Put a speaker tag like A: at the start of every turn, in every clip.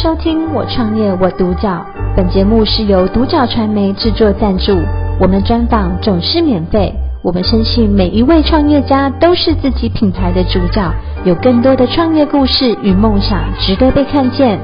A: 收听《我创业我独角》，本节目是由独角传媒制作赞助，我们专访总是免费。我们深信每一位创业家都是自己品牌的主角，有更多的创业故事与梦想值得被看见。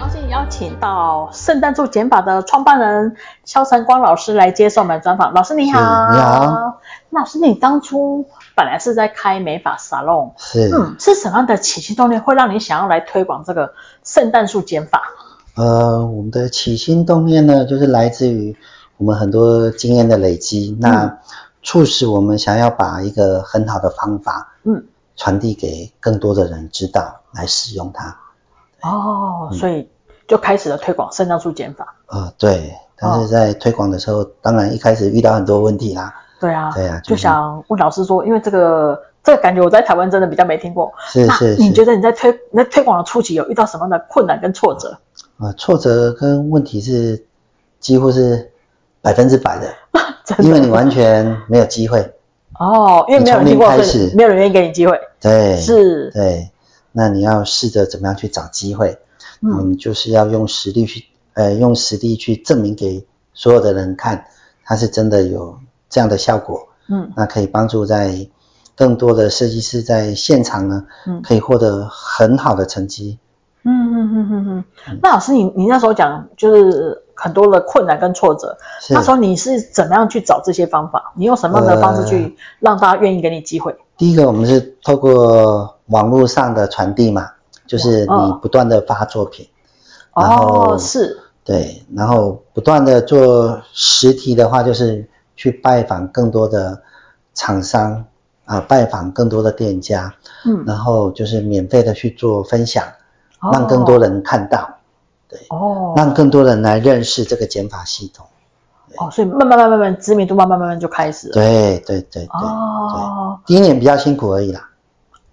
B: 高兴邀请到圣诞树减法的创办人肖晨光老师来接受我们的专访。老师你好，
C: 是你好。
B: 那老师，你当初本来是在开美发沙龙，
C: 是，
B: 嗯，是什么样的起心动念会让你想要来推广这个圣诞树减法？
C: 呃，我们的起心动念呢，就是来自于我们很多经验的累积，
B: 嗯
C: 那促使我们想要把一个很好的方法，
B: 嗯，
C: 传递给更多的人知道，来使用它。
B: 哦，所以就开始了推广圣诞树减法。
C: 呃，
B: 哦
C: 对。但是在推广的时候，当然一开始遇到很多问题啦，
B: 对啊，
C: 对啊
B: 就
C: 就是
B: 想问老师说，因为这个这个感觉我在台湾真的比较没听过。
C: 是是
B: 那你觉
C: 是，
B: 得你在推你在推广的初期有遇到什么样的困难跟挫折？
C: 呃，挫折跟问题是几乎是百分之百的，
B: 真的
C: 因为你完全没有机会，
B: 哦，因为没有人听过，
C: 你从零开
B: 所以
C: 始
B: 没有人愿意给你机会。
C: 对，
B: 是，
C: 对，那你要试着怎么样去找机会？
B: 嗯
C: 嗯，就是要用实力去，呃，用实力去证明给所有的人看，它是真的有这样的效果。
B: 嗯
C: 那可以帮助在更多的设计师在现场呢，
B: 嗯
C: 可以获得很好的成绩。
B: 嗯嗯嗯嗯嗯。那老师你，你那时候讲就是很多的困难跟挫折，
C: 是
B: 那时候你是怎么样去找这些方法？你用什么样的方式去让大家愿意给你机会？
C: 第一个，我们是透过网络上的传递嘛，就是你
B: 哦
C: 不断的发作品，呃然
B: 哦，
C: 后
B: 是，
C: 对，然后不断的做实体的话，就是去拜访更多的厂商啊，拜访更多的店家，
B: 嗯，
C: 然后就是免费的去做分享，
B: 哦
C: 让更多人看到，
B: 哦，
C: 让更多人来认识这个减法系统。
B: 哦，所以慢慢慢慢慢知名度慢慢慢慢就开始了。
C: 对对对对，
B: 哦，
C: 第一年比较辛苦而已啦。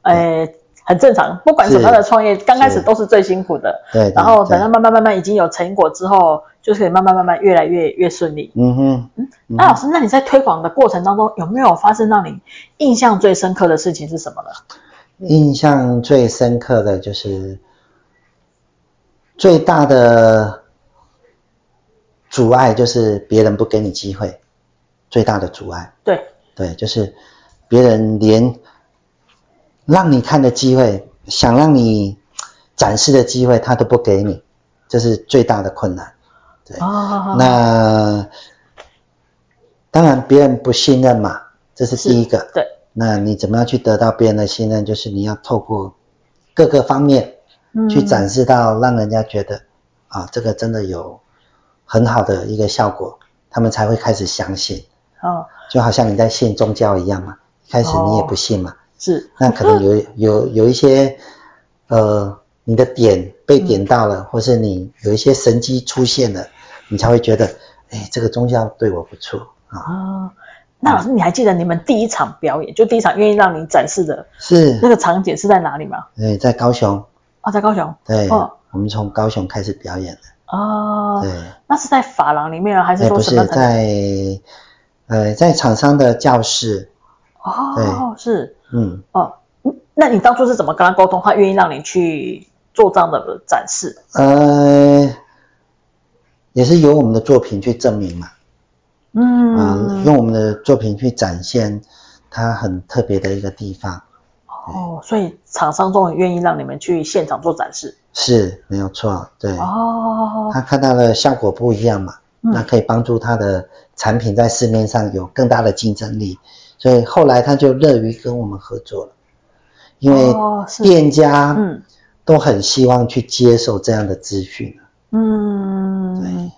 B: 哎，很正常，不管什么样的创业，刚开始
C: 是
B: 都是最辛苦的。
C: 对，对
B: 然后
C: 嗯对
B: 等到慢慢慢慢已经有成果之后，就是可以慢慢慢慢越来越越顺利。
C: 嗯哼，嗯
B: 那老师，那你在推广的过程当中，有没有发生让你印象最深刻的事情是什么呢？
C: 印象最深刻的就是最大的阻碍就是别人不给你机会，最大的阻碍，
B: 对，
C: 对，就是别人连让你看的机会，想让你展示的机会，他都不给你，这是最大的困难。对
B: 啊，
C: 那当然别人不信任嘛，这是
B: 是
C: 第一个。
B: 对，
C: 那你怎么样去得到别人的信任？就是你要透过各个方面
B: 嗯
C: 去展示到，让人家觉得、啊，这个真的有很好的一个效果，他们才会开始相信。
B: 哦，
C: 就好像你在信宗教一样嘛，一开始你也不信嘛，
B: 是
C: 那可能有有有一些呃，你的点被点到
B: 嗯
C: 了，或是你有一些神机出现了，你才会觉得，哎，这个宗教对我不错啊。
B: 啊。那老师，你还记得你们第一场表演，就第一场愿意让你展示的
C: 是
B: 那，个场景是在哪里吗？
C: 对，在高雄，
B: 啊，在高雄。
C: 对，
B: 哦
C: 我们从高雄开始表演的，
B: 啊，
C: 对，
B: 那是在法廊里面啊，还是
C: 哎，
B: 说
C: 不
B: 什
C: 是
B: 么场景？
C: 在呃，在厂商的教室，
B: 哦，是
C: 嗯，
B: 哦。嗯那你当初是怎么跟他沟通？他愿意让你去做这样的展示？
C: 呃，也是由我们的作品去证明嘛，嗯，
B: 嗯，
C: 用我们的作品去展现它很特别的一个地方，
B: 哦，所以厂商终于愿意让你们去现场做展示。
C: 是没有错，对，
B: 哦，
C: 他看到了效果不一样嘛，
B: 嗯
C: 那可以帮助他的产品在市面上有更大的竞争力，所以后来他就乐于跟我们合作了，因为
B: 哦是
C: 店家
B: 嗯
C: 都很希望去接受这样的资讯。
B: 嗯，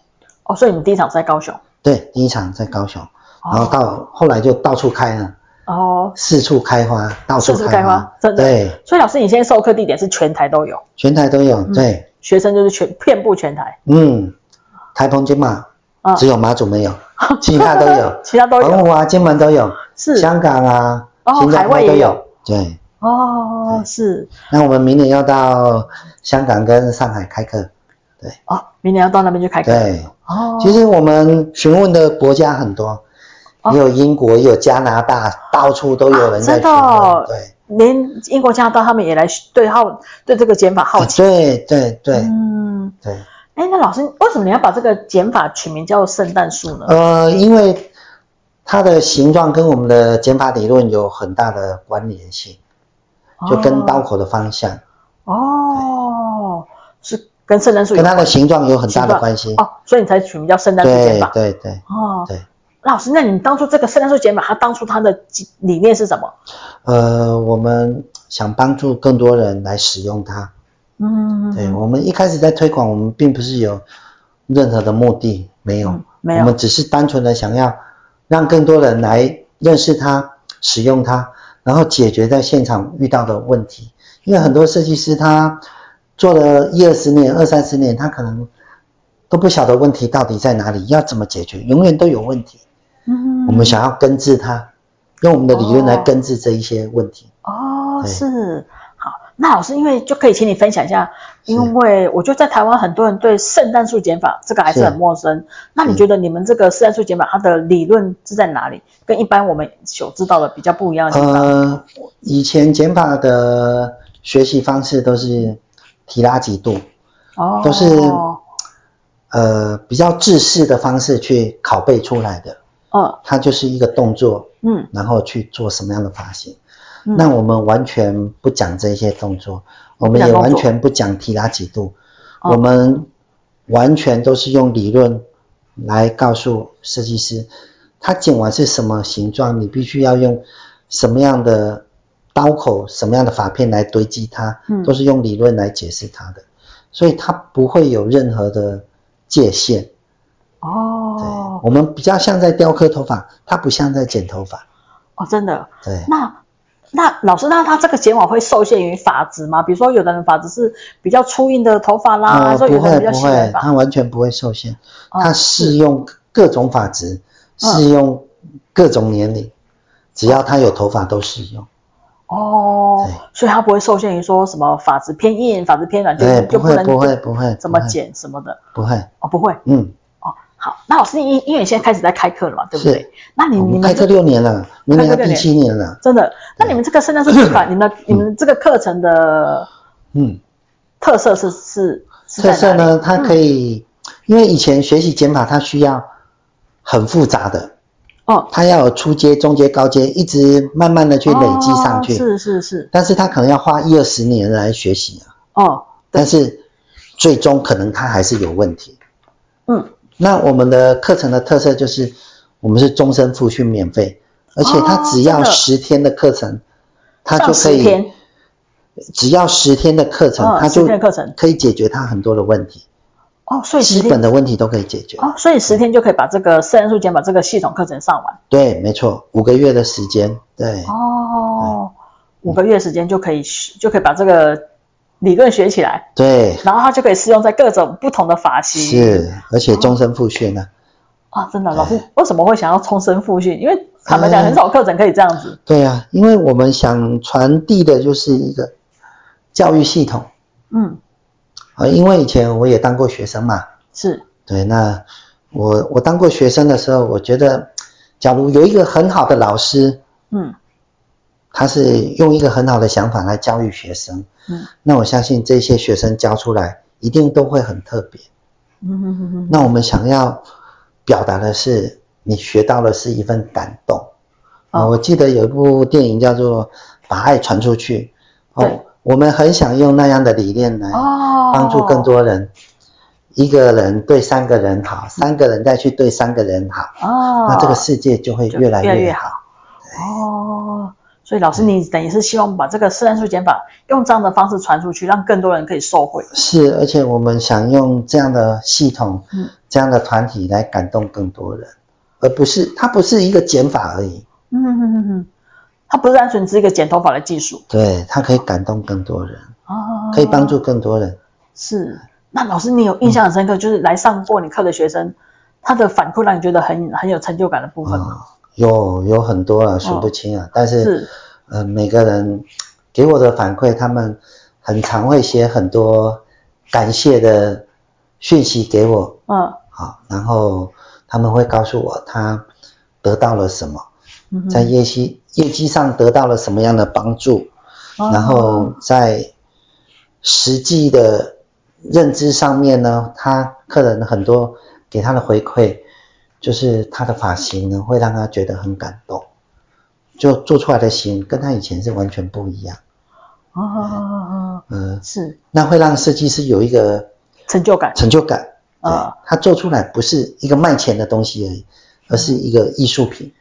B: 哦，所以你们第一场是在高雄。
C: 对，第一场在高雄，然后到后来就到处开了，
B: 哦，
C: 四处开花，到处
B: 四处开花真的
C: 对，
B: 所以老师，你现在授课地点是全台都有，
C: 全台都
B: 嗯
C: 有，对。
B: 学生就是全遍布全台
C: 嗯，台澎金马
B: 啊，
C: 只有马 祖没有，其他都有，
B: 其他 都有
C: 澎湖啊、金门都有，
B: 是
C: 香港啊、
B: 哦
C: 新加
B: 海外
C: 坡都
B: 也有
C: 有。对，
B: 哦，是
C: 那我们明年要到香港跟上海开课。
B: 哦，明年要到那边去开课。
C: 对，
B: 哦，
C: 其实我们询问的国家很多，
B: 哦
C: 也有英国，也有加拿大，到处都有人在
B: 真
C: 询
B: 的哦
C: 问。对，
B: 连英国、加拿大他们也来对好对这个减法好
C: 啊
B: 奇。
C: 对对对
B: 哦嗯，
C: 对，
B: 哎，那老师为什么你要把这个减法取名叫圣诞树呢？
C: 呃，因为它的形状跟我们的减法理论有很大的关联性，就跟刀口的方向，
B: 哦，是跟圣诞树有
C: 跟它的
B: 关
C: 形状有很大的关系。
B: 哦，所以你才取名叫圣诞树减
C: 对
B: 法。
C: 对对
B: 哦，
C: 对，
B: 那老师，那你当初这个圣诞树减法，它当初它的理念是什么？
C: 呃，我们想帮助更多人来使用它。
B: 嗯，
C: 对，我们一开始在推广，我们并不是有任何的目的，没有，
B: 嗯没有
C: 我们只是单纯的想要让更多人来认识它、使用它，然后解决在现场遇到的问题。因为很多设计师他做了一二十年、二三十年，他可能都不晓得问题到底在哪里，要怎么解决，永远都有问题。
B: 嗯
C: 我们想要根治它，用我们的理论来
B: 哦
C: 根治这一些问题。
B: 哦，
C: 对
B: 是好。那老师，因为就可以请你分享一下，
C: 是
B: 因为我觉得在台湾很多人对圣诞树减法这个还是
C: 是嗯
B: 很陌生。那你
C: 是
B: 觉得你们这个圣诞树减法它的理论是在哪里？跟一般我们所知道的比较不一样的地方？
C: 呃，以前减法的学习方式都是提拉几度，
B: 哦，
C: 都是呃，比较制式的方式去拷贝出来的，
B: 嗯
C: 它就是一个动作，
B: 嗯
C: 然后去做什么样的发型。
B: 嗯
C: 那我们完全不讲这些动作，我们也完全不讲提拉几度，
B: 哦
C: 我们完全都是用理论来告诉设计师，他剪完是什么形状，你必须要用什么样的刀口、什么样的发片来堆积它，
B: 嗯
C: 都是用理论来解释它的，所以它不会有任何的界限。对，
B: 哦
C: 我们比较像在雕刻头发，它不像在剪头发。
B: 哦，真的。
C: 对，
B: 那那老师，那他这个减法会受限于发质吗？比如说，有的人发质是比较粗硬的头发啦，还是
C: 呃，
B: 说
C: 不
B: 啊有的人
C: 会
B: 比较
C: 不
B: 细的
C: 会，
B: 发
C: 它完全不会受限，
B: 哦
C: 它
B: 是
C: 适用各种发质，
B: 嗯
C: 适用各种年龄，只要它有头发都适用。
B: 哦
C: 对，
B: 所以它不会受限于说什么发质偏硬、发质偏软，就
C: 对，
B: 就
C: 哎不
B: 不
C: 会
B: 能
C: 不会不会，
B: 怎么
C: 不会？
B: 剪什么的
C: 不会，
B: 哦，不会
C: 嗯，
B: 哦。好，那老师，因因为你现在开始在开课了嘛，对不对
C: 是？
B: 那你
C: 我
B: 你们
C: 们开
B: 这
C: 课六年了，明年
B: 开
C: 要
B: 课六
C: 第
B: 年
C: 七年了，
B: 真的，那你们这个圣诞树计划，你们你们这个课程的
C: 嗯，
B: 特色是是是在
C: 特
B: 哪
C: 色
B: 里？嗯
C: 呢，它可以，因为以前学习减法它需要很复杂的，
B: 哦，
C: 它要有初阶、中阶、高阶，一直慢慢的去累积上
B: 哦
C: 去，
B: 是是是，
C: 但是它可能要花一二十年来学习啊。
B: 哦，
C: 但是最终可能它还是有问题。
B: 嗯，
C: 那我们的课程的特色就是，我们是终身复训免费，而且它只
B: 哦真
C: 要
B: 的
C: 十天的课程，它
B: 上
C: 就可
B: 十
C: 以
B: 天
C: 只要十天的课程
B: 嗯，
C: 它
B: 10
C: 就
B: 天的课程
C: 可以解决它很多的问题，
B: 哦，所以十
C: 基
B: 天
C: 本的问题都可以解决。
B: 哦，所以十天就可以把这个圣诞树减法这个系统课程上完
C: 对，没错，五个月的时间，对，
B: 哦，五个月时间就可以学就可以把这个理论学起来。
C: 对，
B: 然后它就可以适用在各种不同的发型。
C: 是，
B: 哦
C: 而且终身复训呢、
B: 啊，真的，老师为什么会想要终身复训？因为坦白讲，
C: 嗯
B: 很少课程可以这样子。
C: 对啊，因为我们想传递的就是一个教育系统
B: 嗯，
C: 啊，因为以前我也当过学生嘛，
B: 是
C: 对，那我我当过学生的时候，我觉得，假如有一个很好的老师，
B: 嗯
C: 他是用一个很好的想法来教育学生，
B: 嗯
C: 那我相信这些学生教出来一定都会很特别。
B: 嗯嗯嗯
C: 那我们想要表达的是，你学到的是一份感动。啊、
B: 哦
C: 我记得有一部电影叫做《把爱传出去》，
B: 对
C: 哦，我们很想用那样的理念来
B: 嗯哦，
C: 帮助更多人。一个人对三个人好，三个人再去对三个人好，
B: 哦，
C: 那这个世界就会
B: 就
C: 越来
B: 越
C: 越
B: 好
C: 好。
B: 哦。所以老师，你等于是希望把这个圣诞树减法用这样的方式传出去，让更多人可以受惠。
C: 是，而且我们想用这样的系统、
B: 嗯
C: 这样的团体来感动更多人，而不是它不是一个减法而已，
B: 嗯嗯嗯嗯，它不是单纯只是一个剪头发的技术
C: 对，它可以感动更多人，
B: 哦，
C: 可以帮助更多人。
B: 是，那老师，你有印象很深
C: 嗯
B: 刻，就是来上过你课的学生，他的反馈让你觉得很很有成就感的部分吗？
C: 啊、有有很多啊，数不清啊。但是
B: 是，
C: 呃，每个人给我的反馈，他们很常会写很多感谢的讯息给我，
B: 嗯
C: 好，然后他们会告诉我他得到了什么，
B: 嗯哼
C: 在业绩业绩上得到了什么样的帮助，
B: 哦
C: 然后在实际的认知上面呢，他客人很多给他的回馈，就是他的发型呢会让他觉得很感动，就做出来的型跟他以前是完全不一样，
B: 哦哦哦，
C: 嗯，
B: 是
C: 那会让设计师有一个
B: 成就感，
C: 成就感，对
B: 啊，
C: 他做出来不是一个卖钱的东西而已，而是一个艺术品，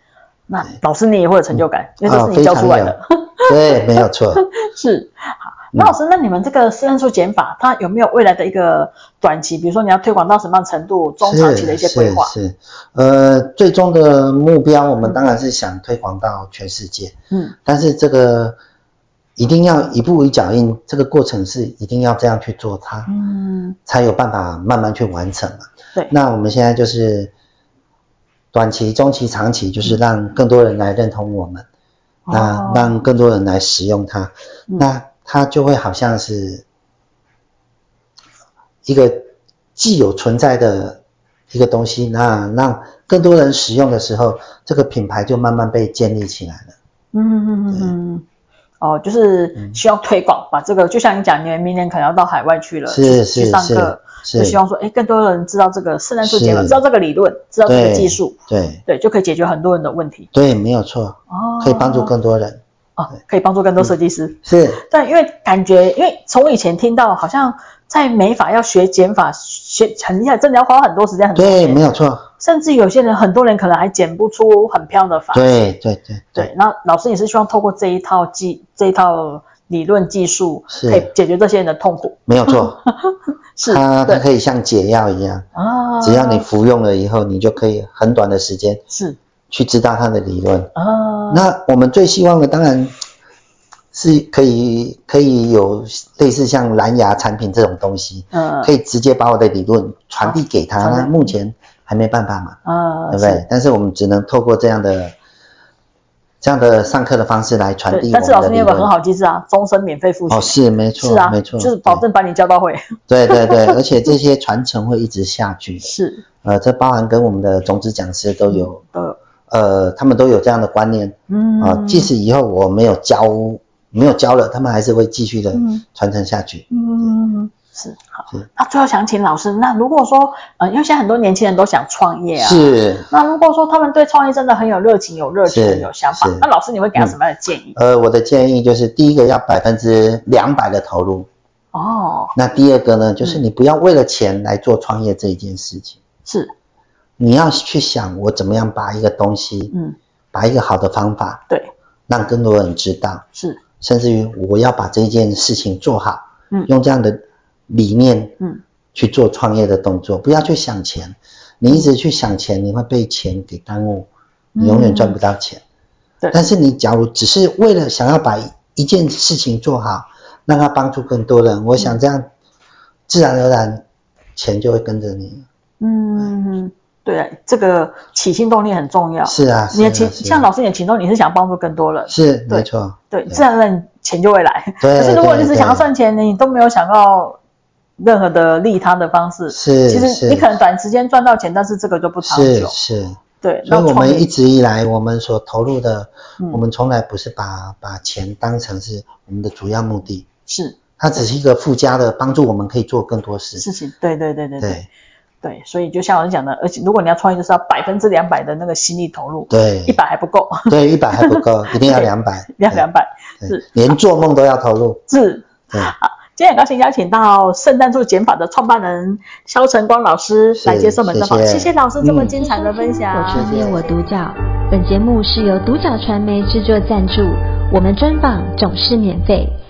B: 那老师你也会有成就感，因为
C: 啊，
B: 这是你
C: 非
B: 教
C: 常
B: 出来的。
C: 有，嗯对，没有错。
B: 是，好，那老师，那你们这个参数减法，它有没有未来的一个短期，比如说你要推广到什么样程度，中长期的一些规划？
C: 是是是，呃，最终的目标我们当然是想推广到全世界，
B: 嗯，
C: 但是这个一定要一步一脚印，这个过程是一定要这样去做它，
B: 嗯，
C: 才有办法慢慢去完成嘛。
B: 对，
C: 那我们现在就是短期、中期、长期，就是让更多人来认同我们，
B: 嗯哦嗯
C: 那让更多人来使用它，那它就会好像是一个既有存在的一个东西，那让更多人使用的时候，这个品牌就慢慢被建立起来了。
B: 嗯嗯嗯嗯，哦，就是需要推广，把这个就像你讲，你们明年可能要到海外去了，去
C: 是
B: 去
C: 是
B: 上
C: 是，
B: 课，就是希望说，哎，更多人知道这个圣诞树
C: 是
B: 减法，知道这个理论，知道这个
C: 对
B: 技术，
C: 对
B: 对，就可以解决很多人的问题。
C: 对，没有错，
B: 哦，
C: 可以帮助更多人。
B: 哦，可以帮助更多设计师。
C: 是
B: 对，因为感觉，因为从我以前听到，好像在美法要学减法，学很厉害，真的要花很多时间，很多
C: 对，
B: 钱
C: 没有错，
B: 甚至有些人，很多人可能还剪不出很漂亮的发型。
C: 对对对
B: 对，那老师也是希望透过这一套技，这一套理论技术，
C: 是
B: 可以解决这些人的痛苦。
C: 没有错，
B: 是，
C: 它它
B: 对
C: 可以像解药一样，
B: 啊，
C: 只要你服用了以后，你就可以很短的时间
B: 是
C: 去知道它的理论。
B: 啊，
C: 那我们最希望的当然是可以可以有类似像蓝牙产品这种东西，
B: 呃
C: 可以直接把我的理论传递给他。
B: 传递
C: 那目前还没办法嘛，
B: 啊，
C: 对不对？但是我们只能透过这样的这样的上课的方式来
B: 是？
C: 传
B: 对，
C: 递
B: 但是
C: 我
B: 老
C: 们
B: 师
C: 的
B: 你
C: 理
B: 有个
C: 论。
B: 很好机制啊，终身免费复习。
C: 哦，是没错，
B: 是啊，
C: 没错，嗯
B: 就是保证把你教到会。
C: 对对对， 对而且这些传承会一直下去的。
B: 是，
C: 呃，这包含跟我们的种子讲师都有，
B: 都有，
C: 呃，他们都有这样的观念。
B: 嗯，
C: 啊，即使以后我没有教，没有教了，他们还是会继续的
B: 嗯
C: 传承下去。
B: 嗯，是好
C: 是。
B: 那最后想请老师，那如果说，呃，因为现在很多年轻人都想创业啊，。
C: 是，
B: 那如果说他们对创业真的很有热情、有热忱、
C: 是
B: 有想法
C: 是，
B: 那老师你会给他什么样的建议？
C: 呃，我的建议就是，第一个要百分之两百的投入，
B: 哦，
C: 那第二个呢，就是你不要为了钱来做创业这一件事情，
B: 是，
C: 你要去想我怎么样把一个东西，
B: 嗯，
C: 把一个好的方法
B: 对，
C: 让更多人知道，
B: 是，
C: 甚至于我要把这件事情做好，
B: 嗯
C: 用这样的理念
B: 嗯，
C: 去做创业的动作，不要去想钱。你一直去想钱，你会被钱给耽误，
B: 嗯
C: 你永远赚不到钱。
B: 对
C: 但是你假如只是为了想要把一件事情做好，让它帮助更多人，我想这样自然而然钱就会跟着你。
B: 嗯，对，这个起心动念很重要。
C: 是啊，是
B: 你
C: 啊
B: 的起，
C: 是啊
B: 像老师你的行动，你是想帮助更多人，
C: 是
B: 对
C: 没错，
B: 对，自然而然钱就会来。
C: 对
B: 可是如果你只
C: 对
B: 想要
C: 对
B: 赚钱，你都没有想到任何的利他的方式，
C: 是
B: 其实
C: 是
B: 你可能短时间赚到钱，但是这个就不长
C: 是
B: 久。
C: 是。
B: 对，
C: 所以我
B: 那创业
C: 们一直以来，我们所投入的，
B: 嗯
C: 我们从来不是把把钱当成是我们的主要目的，
B: 是
C: 它只是一个附加的，帮助我们可以做更多事。
B: 事情，对对对对对
C: 对
B: 对，所以就像我讲的，而且如果你要创业，就是要百分之两百的那个心力投入，
C: 对
B: 一百还不够，
C: 对，一百还 不够，一定要
B: 对
C: 两百，
B: 两两百
C: 对
B: 是，
C: 连做梦都要投入。
B: 是
C: 对，
B: 今天很高兴邀请到圣诞树减法的创办人肖晨光老师
C: 是
B: 来接受我们的
C: 谢
B: 专访，
C: 谢
B: 谢谢老师这么
C: 嗯
B: 精彩的分享。
A: 我创业
C: 谢谢
A: 我独角。本节目是由独角传媒制作赞助，我们专访总是免费。